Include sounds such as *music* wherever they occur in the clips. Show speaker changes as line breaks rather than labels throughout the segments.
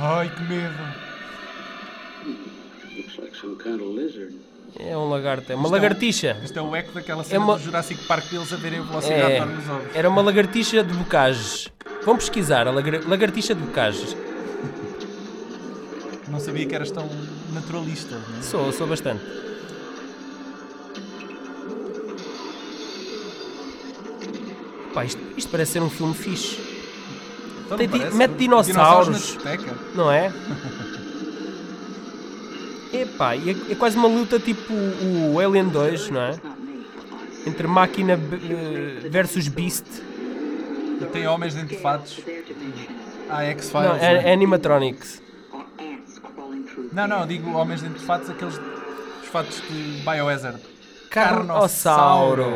Ai, que medo.
Looks like some kind of lizard.
É um lagarto, é uma lagartixa.
Este é o eco daquela cena
uma-
do Jurassic Park deles a verem a velocidade
É,
é... nos ovos.
era uma lagartixa de bocages. Vão pesquisar, a lagar- lagartixa de bocages.
Não sabia que eras tão naturalista. Né?
Sou, sou bastante. Pá, isto, isto parece ser um filme fixe,
Então,
Tem
não
di-
parece?
mete dinossauros.
na discoteca.
não é? Epá, e é, é quase uma luta tipo o Alien 2, não é? Entre máquina b- eh, versus beast.
E tem homens dentro de fatos. Ah, X-Files.
Não, é, é
né?
animatronics.
não, não, digo homens dentro de fatos, aqueles. Os fatos de Biohazard.
Carnossauro.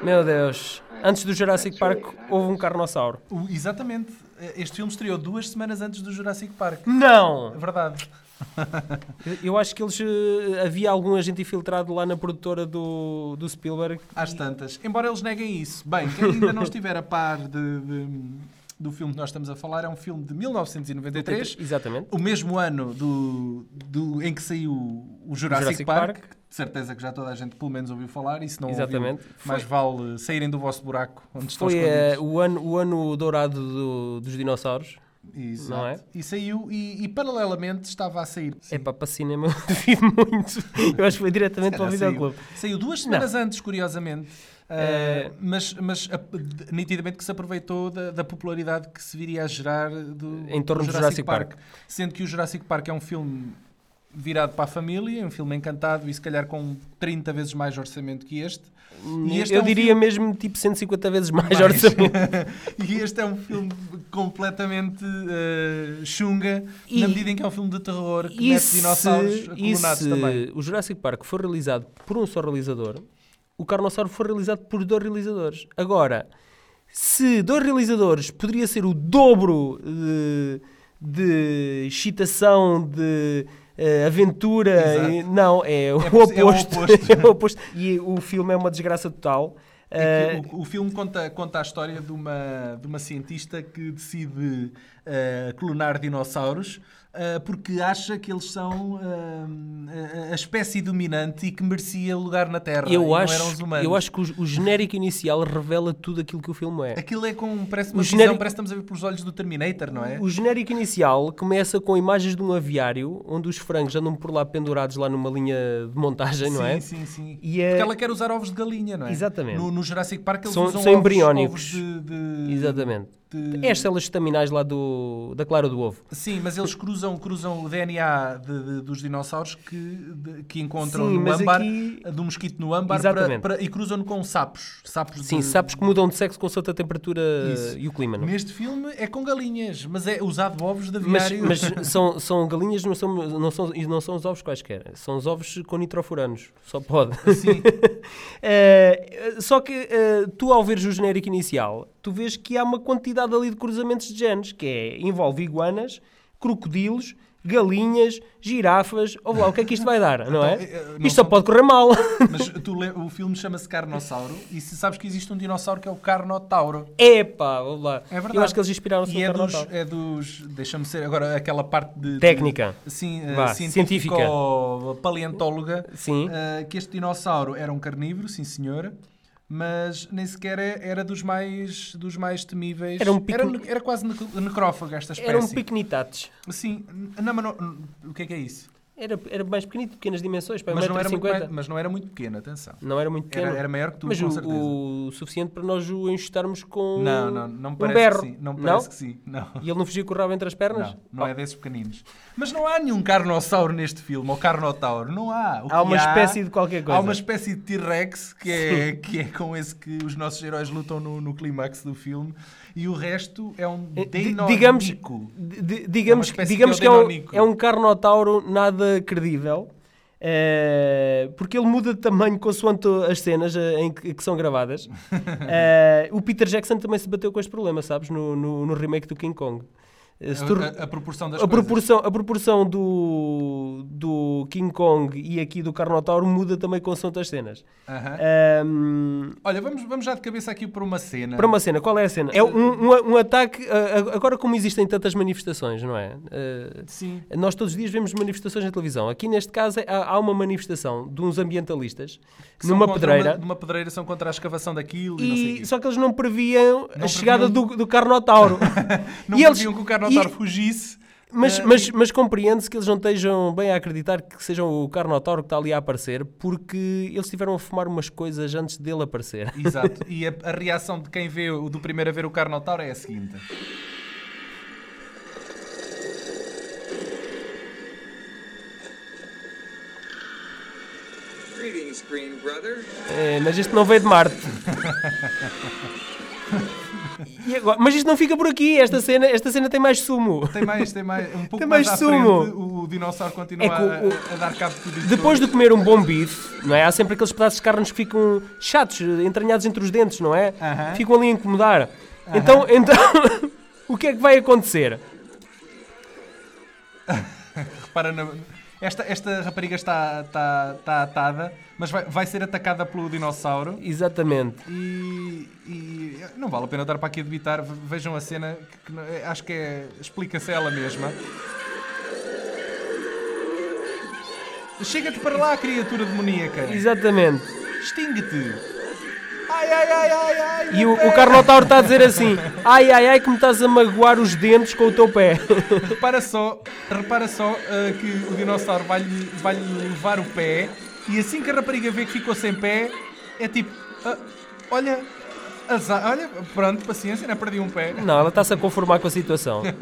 Meu Deus. Antes do Jurassic Park houve um carnossauro.
O- exatamente. Este filme estreou duas semanas antes do Jurassic Park.
Não!
É verdade.
Eu- Eu acho que eles eh, havia algum agente infiltrado lá na produtora do, do Spielberg.
Às tantas. Embora eles neguem isso. Bem, quem ainda não estiver a par de- de- do filme que nós estamos a falar, é um filme de 1993.
Exatamente.
O mesmo ano do, do- em que saiu o Jurassic,
Jurassic
Park,
Park.
de certeza que já toda a gente pelo menos ouviu falar, e se não
Exatamente.
ouviu, mais vale saírem do vosso buraco onde estão
Foi eh,
escondidos.
o, ano, o ano dourado do- dos dinossauros.
Exato.
não é?
E saiu, e, e paralelamente estava a sair.
É pá, para cinema *laughs* eu duvido muito. Eu acho que foi diretamente para o
Era, assim.
videoclube.
Saiu duas semanas antes, curiosamente,
É.
Ah, mas, mas a- de- nitidamente que se aproveitou da, da popularidade que se viria a gerar do,
Em torno do Jurassic Park.
Sendo que o Jurassic Park é um filme virado para a família, um filme encantado e se calhar com 30 vezes mais orçamento que este. E este
Hum, eu
é um
diria
filme- *laughs*
mesmo tipo 150 vezes mais,
Mais.
orçamento.
E este é um filme completamente ah, chunga,
E-
na medida em que é um filme de terror que
E
mete
se,
dinossauros
e
clonados
se
também.
o Jurassic Park for realizado por um só realizador, o Carnossauro foi realizado por dois realizadores. Agora, se dois realizadores poderia ser o dobro eh, de, excitação, de eh, aventura,
Exato.
eh, não, é o
possi- é o
oposto.
oposto.
*laughs* É o oposto. E o filme é uma desgraça total.
É
Eh,
que o, o filme conta, conta a história de uma, de uma cientista que decide eh, clonar dinossauros eh, porque acha que eles são eh, a- a espécie dominante e que merecia lugar na Terra. e
Eh, eu,
não eram os
acho,
humanos.
eu acho que o, o genérico inicial revela tudo aquilo que o filme é.
Aquilo é com. Parece uma
O
visão,
genérico-
parece que estamos a ver pelos olhos do Terminator, não é?
O genérico inicial começa com imagens de um aviário onde os frangos andam por lá pendurados lá numa linha de montagem, não é?
Sim, sim, sim.
E é-
Porque ela quer usar ovos de galinha, não é?
Exatamente.
No, no Jurassic Park eles
São-
usam
são
ovos,
embriónicos.
ovos de- de-
Exatamente.
de-
É as células estaminais lá do, da clara do ovo.
Sim, mas eles cruzam, cruzam o DNA de- de- dos dinossauros que, de- que encontram
Sim,
no
mas
âmbar, eh,
aqui-
do mosquito no âmbar, para,
Exatamente.
para- e cruzam-no com sapos. sapos
Sim,
de-
sapos que mudam de sexo com a temperatura
Isso.
e o clima, não é?
Neste filme é com galinhas, mas é usado ovos de
Mas,
aviário.
mas são, são galinhas, não são, não, são, e não são os ovos quaisquer. São os ovos com nitrofuranos. Só pode.
Sim,
*laughs* Eh, só que eh, tu, ao veres o genérico inicial, tu vês que há uma quantidade ali de cruzamentos de genes, que é, envolve iguanas, crocodilos, galinhas, girafas. Ouve lá, o que é que isto vai dar, não é?
eh, não
Isto só
são-
pode correr
*laughs*
mal. *laughs*
mas tu le- o filme chama-se Carnossauro e se sabes que existe um dinossauro que é o Carnotauro.
Epá, ouve lá.
É verdade.
Eu acho que eles inspiraram-se no
E é dos,
Carnotauro.
é dos. Deixa-me ser agora aquela parte de. de-
Técnica.
sim, eh,
Vá,
científico
científica.
ou paleontóloga.
Sim.
Uh, que este dinossauro era um carnívoro, sim senhora, mas nem sequer é- era dos mais, dos mais temíveis.
Era um pic-
era, ne- era quase necro- necrófago esta espécie.
Eram pequenitates.
Sim, n- não, mas não- o que é que é isso?
Era, era mais pequenito, pequenas dimensões, para
Mas não, era
1,50m.
muito, mai- mas não era muito pequeno, atenção.
Não era muito pequeno.
Era, era maior que tu,
mas
com
o,
certeza.
o suficiente para nós o enxutarmos com
Não, não, não me
um
parece
berro.
que sim. Não me parece que sim. Não.
E ele não fugia com o rabo entre as pernas?
Não, não é desses pequeninos. Mas não há nenhum carnossauro neste filme, ou carnotauro, não há. O que
Há uma espécie de qualquer coisa.
Há uma espécie de T-Rex que é, que é com esse que os nossos heróis lutam no, no clímax do filme e o resto é um
Eh, di- digamos
dinómico.
di- di- digamos,
espécie de
digamos que é um,
odononico.
é um carnotauro nada credível eh, porque ele muda de tamanho consoante as cenas eh, em que, que são
*laughs*
gravadas Eh, o Peter Jackson também se bateu com este problema sabes no, no, no remake do King Kong Se tu-
A, a- a proporção das
a
coisas.
proporção, a proporção do, do King Kong e aqui do Carnotauro muda também consoante as cenas.
Aham.
Ahm,
Olha, vamos, vamos já de cabeça aqui para uma cena.
para uma cena, qual é a cena? É um, um- um ataque. a- a- agora, como existem tantas manifestações, não é? Ah,
Sim.
nós todos os dias vemos manifestações na televisão. Aqui, neste caso, há, há uma manifestação de uns ambientalistas
Que são
numa
contra
pedreira.
Uma, numa pedreira são contra a escavação daquilo e, não sei o quê.
E, só que eles não previam a
Não
chegada
previam.
do, do Carnotauro.
*laughs* Não
e eles-
queriam que o Carnotauro
e-
fugisse.
Mas,
Eh,
mas, mas compreende-se que eles não estejam bem a acreditar que seja o Carnotauro que está ali a aparecer, porque eles tiveram a fumar umas coisas antes dele aparecer.
Exato. E a, a reação de quem vê, o do primeiro a ver o Carnotauro é a seguinte.
Greetings, Green Brother.
*laughs* É, mas isto não veio
*laughs*
de Marte. E agora- mas isto não fica por aqui, esta cena, esta cena tem mais sumo.
Tem mais, tem mais. Um pouco
Tem
mais,
mais
à
sumo.
frente, o dinossauro continua
É que o-
a- a, a dar cabo de tudo. e de
Depois de
todos.
comer um bom bife, não é? Há sempre aqueles pedaços de carnes que ficam chatos, entranhados entre os dentes, não é?
Aham.
Ficam ali a incomodar. Então, então *laughs* o que é que vai acontecer?
Repara na- Esta, esta rapariga está, está, está atada, mas vai, vai ser atacada pelo dinossauro.
Exatamente.
E, e não vale a pena estar para aqui a debitar. Ve- Vejam a cena, que, que não- é- acho que é, explica-se ela mesma. Chega-te para lá, criatura demoníaca!
Exatamente.
Extingue-te! Ai, ai, ai, ai, ai!
E
meu
o,
pé!
o Carnotauro está a dizer assim: ai ai ai, que me estás a magoar os dentes com o teu pé. *laughs*
Repara só, repara só ah, que o dinossauro vai-lhe vai levar o pé e assim que a rapariga vê que ficou sem pé, é tipo, ah, olha, azar, olha, pronto, paciência, não perdi um pé.
Não, ela está-se a conformar com a situação. E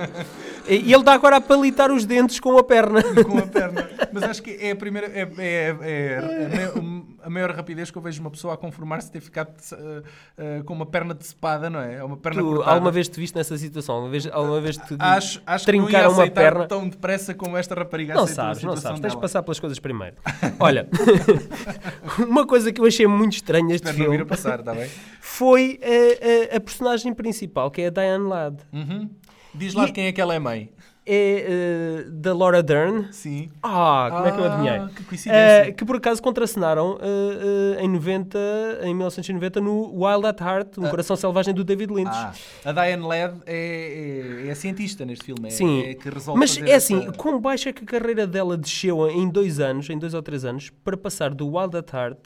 e ele está agora a palitar os dentes com
*laughs*
a perna.
com a perna. Mas acho que é a primeira. É, é- é a, mai- a maior rapidez que eu vejo uma pessoa a conformar-se ter ficado eh, eh, com uma perna decepada, não é? É uma perna
Tu
cortada.
alguma vez te viste nessa situação? Alguma vez, alguma vez te
Acho, acho que não ia
trincaram uma
aceitar
perna?
tão depressa como esta rapariga
Não
aceitou a
sabes, não
situação
sabes. Tens de
dela.
passar pelas coisas primeiro. Olha, *laughs* uma coisa que eu achei muito estranha neste
Espero não vir
filme
a passar, está bem?
foi a, a- a personagem principal, que é a Diane Ladd.
Uhum. Diz lá de quem é que ela é mãe.
É eh, da Laura Dern.
Sim.
Ah, como é que eu
Ah,
adivinhei?
que coincidência.
Eh, que por acaso contracenaram eh, eh, em 90, em 1990 no Wild at Heart, Um Coração Selvagem do David Lynch.
Ah, a Diane Ladd é, é, é a cientista neste filme. É,
Sim,
é que resolve
mas
fazer
é assim,
essa-
quão baixa que a carreira dela desceu em dois anos, em dois ou três anos, para passar do Wild at Heart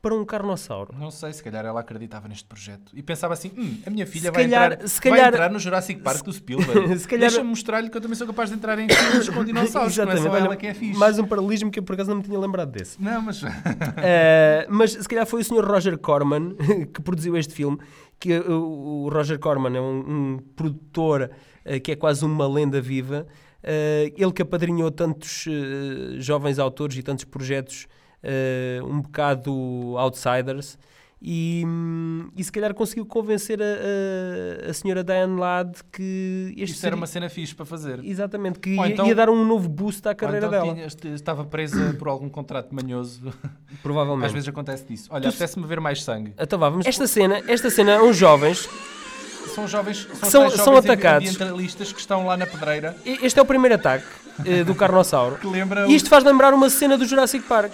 para um carnossauro?
Não sei, se calhar ela acreditava neste projeto e pensava assim: "Hum, a minha filha
Se
vai,
calhar-
entrar,
se
vai
calhar-
entrar no Jurassic Park do Spielberg.
*laughs* se calhar-
Deixa-me mostrar-lhe que eu também sou capaz de entrar em filmes
*coughs*
com dinossauros, que não é só
olha,
ela que é fixe.
mais um paralelismo que eu por acaso não me tinha lembrado desse.
Não, mas. *laughs*
Eh, mas se calhar foi o Sr. Roger Corman *laughs* que produziu este filme. Que eh, o o Roger Corman é um, um produtor eh, que é quase uma lenda viva. Eh, ele que apadrinhou tantos eh, jovens autores e tantos projetos eh, um bocado outsiders. E, hum, e se calhar conseguiu convencer a, a, a senhora Diane Ladd que
Isto
este
era
seria-
uma cena fixe para fazer.
Exatamente, que
Ou
ia,
então-
ia dar um novo boost à
Ou
carreira
então
dela.
tinha- est- estava presa por algum contrato manhoso.
Provavelmente.
Às vezes acontece disso. Olha, apetece-me ver mais sangue.
Então vá, vamos... Esta cena, esta cena, uns jovens
São jovens, são,
são-
tais
são
jovens
atacados.
ambientalistas que estão lá na pedreira.
E- Este é o primeiro ataque eh, do Carnossauro.
Que lembra
E isto faz lembrar uma cena do Jurassic Park.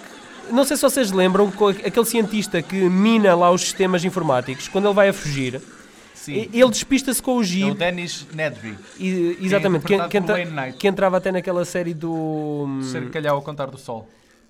Não sei se vocês lembram com aqu- aquele cientista que mina lá os sistemas informáticos, quando ele vai a
o...
fugir, e-
Sim,
ele despista-se com o
é o
Jeep.
Dennis Nedry.
e- exatamente, que,
interpretado
que
por
entra-
Wayne Knight.
que entrava até naquela série do. hum,
Ser calhau ao contar do sol.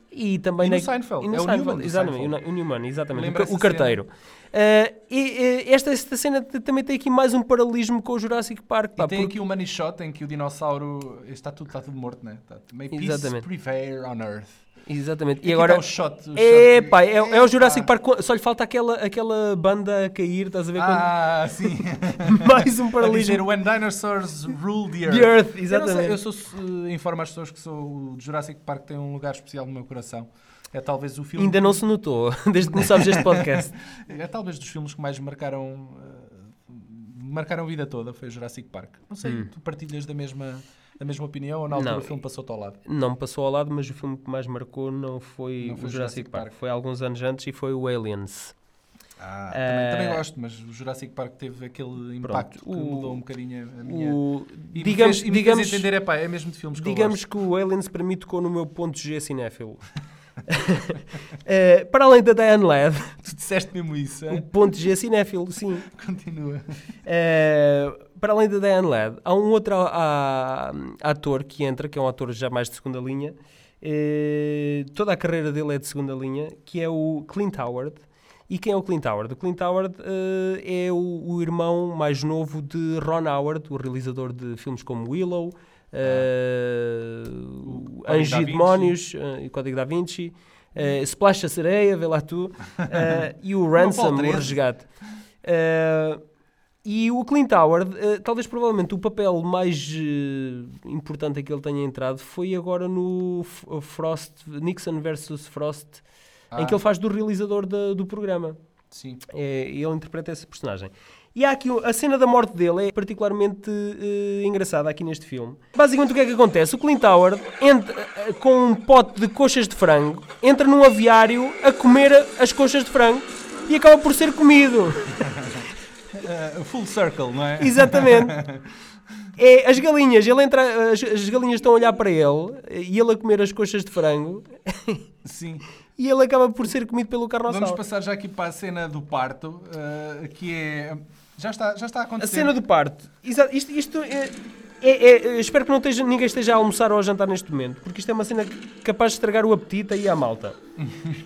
E também
E no
na-
Seinfeld.
e no
É o
Seinfeld,
Newman do
exatamente,
Seinfeld.
o Newman, exatamente,
Lembra
o ca- o,
essa
carteiro. Ah, e, e esta, esta cena t- também tem aqui mais um paralelismo com o Jurassic Park. pá,
e tem
porque-
aqui um money shot em que o dinossauro está tudo, está tudo morto, né? Está, May peace
Exatamente.
prevail on earth.
Exatamente.
Aqui
E agora.
está um o shot. o
É,
shot.
pá, é, é o Jurassic
Epá.
Park. Só lhe falta aquela, aquela banda a cair, estás a ver?
Ah,
*laughs*
sim.
Quando... Mais um
*laughs* Para dizer
paralelismo.
When Dinosaurs Rule the Earth.
The Earth,
Eu, não sei,
exatamente.
eu sou, se- informo as pessoas que sou, o Jurassic Park tem um lugar especial no meu coração. É talvez o filme.
Ainda não se notou, *laughs* desde que começámos este podcast.
É talvez dos filmes que mais me marcaram. eh, marcaram a vida toda, foi o Jurassic Park. Não sei, tu partilhas da mesma, da mesma opinião ou na altura
Hum. Não.
o filme passou-te ao lado?
Não me passou ao lado, mas o filme que mais marcou não foi,
Não
o Jurassic, Park.
Park.
Foi alguns anos antes e foi o Aliens.
Ah,
Eh,
também, também gosto, mas o Jurassic Park teve aquele impacto que
o-
mudou um bocadinho a- a minha.
O,
E
digamos,
me fez, e me fez
digamos,
entender, é pá, é mesmo de filmes que eu
digamos que o Aliens para mim tocou no meu ponto G cinéfilo. *laughs* Eh, para além da Diane Ladd,
gosto. Tu disseste mesmo isso,
o
*laughs* é?
ponto G cinéfilo, sim.
Continua.
Eh, para além da Diane Ladd, há um outro a- a- ator que entra, que é um ator já mais de segunda linha. Eh, toda a carreira dele é de segunda linha, que é o Clint Howard. E quem é o Clint Howard? O Clint Howard eh, é o, o irmão mais novo de Ron Howard, o realizador de filmes como Willow,
O Código Ah. da
eh, Anjos e
Vinci.
Demónios, eh, e Código da Vinci, eh, Splash a Sereia, vê lá tu, eh, e o
Não
Ransom,
pode
o
ter.
Resgate. Eh, e o Clint Howard, eh, talvez provavelmente o papel mais eh, importante a que ele tenha entrado foi agora no F- Frost, Nixon versus Frost, em que ele faz do realizador da- do programa.
Sim.
É, ele interpreta esse personagem. E há aqui o- a cena da morte dele é particularmente eh, engraçada aqui neste filme. Basicamente o que é que acontece? O Clint Howard entra eh, com um pote de coxas de frango, entra num aviário a comer as coxas de frango e acaba por ser comido. *laughs*
Eh, full circle, não é?
Exatamente. É, as galinhas, ele entra, as, as galinhas estão a olhar para ele eh, e ele a comer as coxas de frango *laughs*
Sim.
e ele acaba por ser comido pelo
Vamos
carnossauro.
passar já aqui para a cena do parto, eh, que é. Já está, já está a
A
acontecer.
cena do parto. Exato, isto, isto é, é- é- é- espero que não esteja, ninguém esteja a almoçar ou a jantar neste momento, porque isto é uma cena que- capaz de estragar o apetite aí à
*laughs*
malta.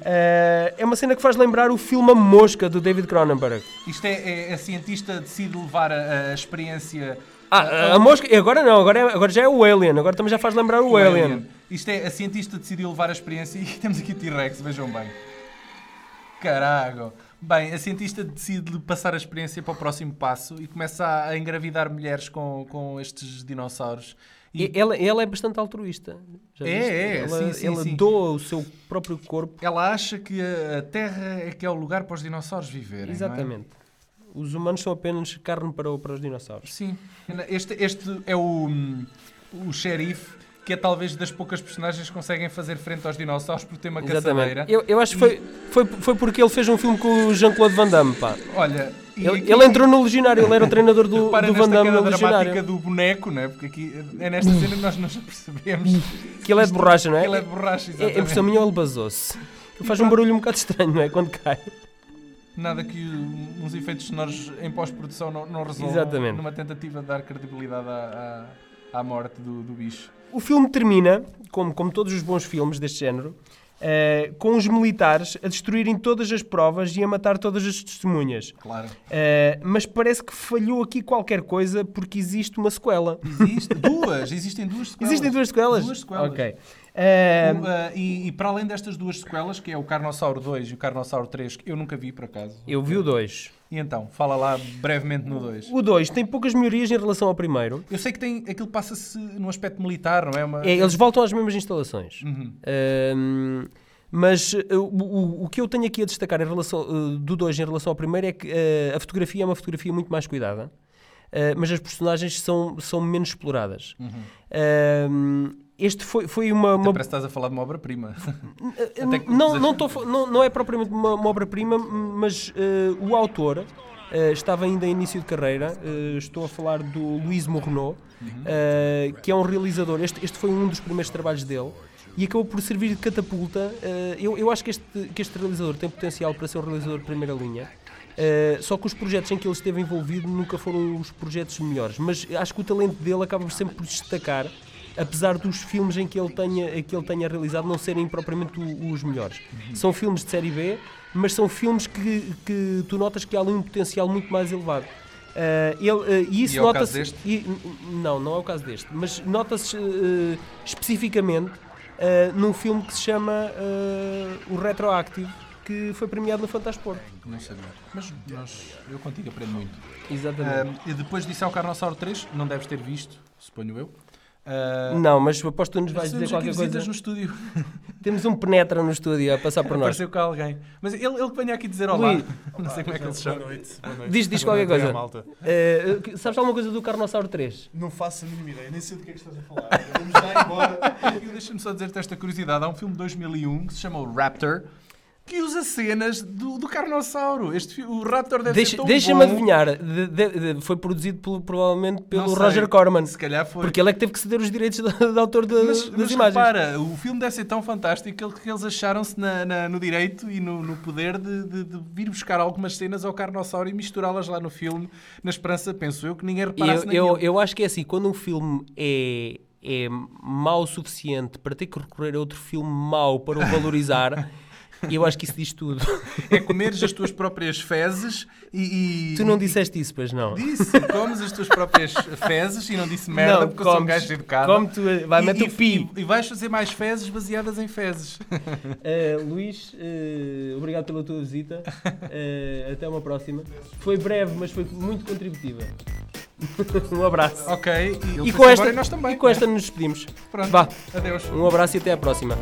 Eh, é uma cena que faz lembrar o filme A Mosca do David Cronenberg.
Isto é, é- a cientista decide levar a, a experiência.
Ah, a, a mosca. Agora não, agora, é- agora já é o Alien, agora também já faz lembrar o,
do
alien.
Isto é, a cientista decidiu levar a experiência. *laughs* E temos aqui T-Rex, vejam bem. Carago. Bem, a cientista decide passar a experiência para o próximo passo e começa a, a engravidar mulheres com, com estes dinossauros. E
E Ela, ela é bastante altruísta. Já
É,
viste?
é,
ela,
sim, sim,
ela
sim.
doa o seu próprio corpo.
ela acha que a a Terra é que é o lugar para os dinossauros viverem. não é?
Exatamente. Os humanos são apenas carne para, o- para os dinossauros.
Sim. Este, este é o, hum, o xerife, que é talvez das poucas personagens que conseguem fazer frente aos dinossauros por ter uma caçadeira.
Exatamente. Eu, eu acho que foi, foi, foi porque ele fez um filme com o Jean-Claude Van Damme. Pá.
Olha, e
Ele,
aqui-
ele entrou no Legionário, ele era o treinador do,
Repara
do Van
nesta
Damme
queda
no
dramática
Legionário.
do boneco, né? porque aqui é nesta cena que nós nos percebemos
Que ele é de borracha, não
que
é?
ele é de borracha,
É, é
exatamente.
impressão minha, ele basou-se. Ele faz um barulho um bocado estranho, não é? Quando cai.
Nada que o- uns efeitos sonoros em pós-produção não, não resolvam
Exatamente.
numa tentativa de dar credibilidade à, à, à morte do, do bicho.
O filme termina, como, como todos os bons filmes deste género, eh, com os militares a destruírem todas as provas e a matar todas as testemunhas.
Claro.
Eh, mas parece que falhou aqui qualquer coisa porque existe uma sequela.
Existe duas, existem duas sequelas.
Existem duas sequelas?
Duas sequelas.
Ok. Eh,
Um, ah, e, e para além destas duas sequelas, que é o Carnossauro 2 e o Carnossauro 3, que eu nunca vi por acaso.
eu vi o 2.
E então, fala lá brevemente no 2.
O 2 tem poucas melhorias em relação ao primeiro.
Eu sei que tem, aquilo passa-se num aspecto militar, não é? Uma...
É, eles voltam às mesmas instalações.
Uhum.
Ahm, mas eh, o, o- o que eu tenho aqui a destacar em relação, eh, do 2 em relação ao primeiro é que eh, a fotografia é uma fotografia muito mais cuidada, eh, mas as personagens são, são menos exploradas. Ahm, este foi, foi uma.
Uhum. Até
uma-
Parece que estás a falar de uma obra-prima. *laughs* até que- assim.
não, não, tô a fa- não, não é propriamente uma, uma obra-prima, mas eh, o autor eh, estava ainda em início de carreira. eh, estou a falar do Luís Morneau,
Uhum.
eh, que é um realizador. Este, este foi um dos primeiros trabalhos dele e acabou por servir de catapulta. Eh, eu, eu acho que este, que este realizador tem potencial para ser um realizador de primeira linha. Eh, só que os projetos em que ele esteve envolvido nunca foram os projetos melhores, mas acho que o talento dele acaba sempre por destacar apesar dos filmes em que ele tenha, que ele tenha realizado não serem propriamente o- os melhores. São filmes de série B, mas são filmes que, que tu notas que há ali um potencial muito mais elevado. Ah, ele, ah, e isso
E é o
nota
caso deste?
Não, não é o caso deste, mas nota-se ah, especificamente ah, num filme que se chama ah, O Retroactive, que foi premiado no Fantasporto.
Não sabia. Mas nós, eu contigo aprendo muito.
Exatamente.
Ah, e depois disso ao Carnossauro 3, não deves ter visto, suponho eu. Ah,
não, mas aposto que nos vais dizer
recebemos aqui
qualquer
visitas
coisa.
no estúdio.
Temos um penetra no estúdio a
*laughs*
passar por nós.
Apareceu cá alguém. Mas ele, ele que venha aqui dizer olá.
Luís.
*laughs* Não sei como é que ele se chama.
Boa noite. Boa noite.
Diz- diz
Boa
qualquer
noite
coisa.
à malta.
Eh, que- sabes alguma coisa do Carnossauro 3?
Não faço a mínima ideia, nem sei do que é que estás a falar. Vamos já embora.
um E Deixa-me só dizer-te esta curiosidade. Há um filme de 2001 que se chama o Raptor, que usa cenas do, do carnossauro. Este, fi- o Raptor deve ser
Deixa-
tão
Deixa-me
bom.
adivinhar. de- de- de- foi produzido pelo- provavelmente pelo
Não sei.
Roger Corman.
Se calhar foi.
Porque ele é que teve que ceder os direitos de, de autor da-
mas,
das
mas
imagens.
repara, o filme deve ser tão fantástico que ele- que eles acharam-se na- na- no direito e no, no poder de, de- de vir buscar algumas cenas ao Carnossauro e misturá-las lá no filme, na esperança, penso eu, que ninguém
E eu,
reparasse
eu,
naquilo.
eu acho que é assim, quando um filme é, é mau o suficiente para ter que recorrer a outro filme mau para o
*laughs*
valorizar, eu acho que isso diz tudo.
É comeres as tuas próprias fezes e... e-
tu não
e-
disseste isso, pois não?
Disse, comes as tuas próprias fezes e não disse merda
não,
porque eu sou um gajo educado.
Come tu, eh, vai,
E-
mete
e,
o pi.
E, e vais fazer mais fezes baseadas em fezes.
Eh, Luís, eh, obrigado pela tua visita.
*laughs*
Eh, até uma próxima. Foi breve, mas foi muito contributiva. *laughs* um abraço.
ok. E, ele
E
foi-se embora
com, esta,
e nós também.
e com esta
né?
nos despedimos.
Pronto.
Vá,
Adeus.
um abraço e até à próxima.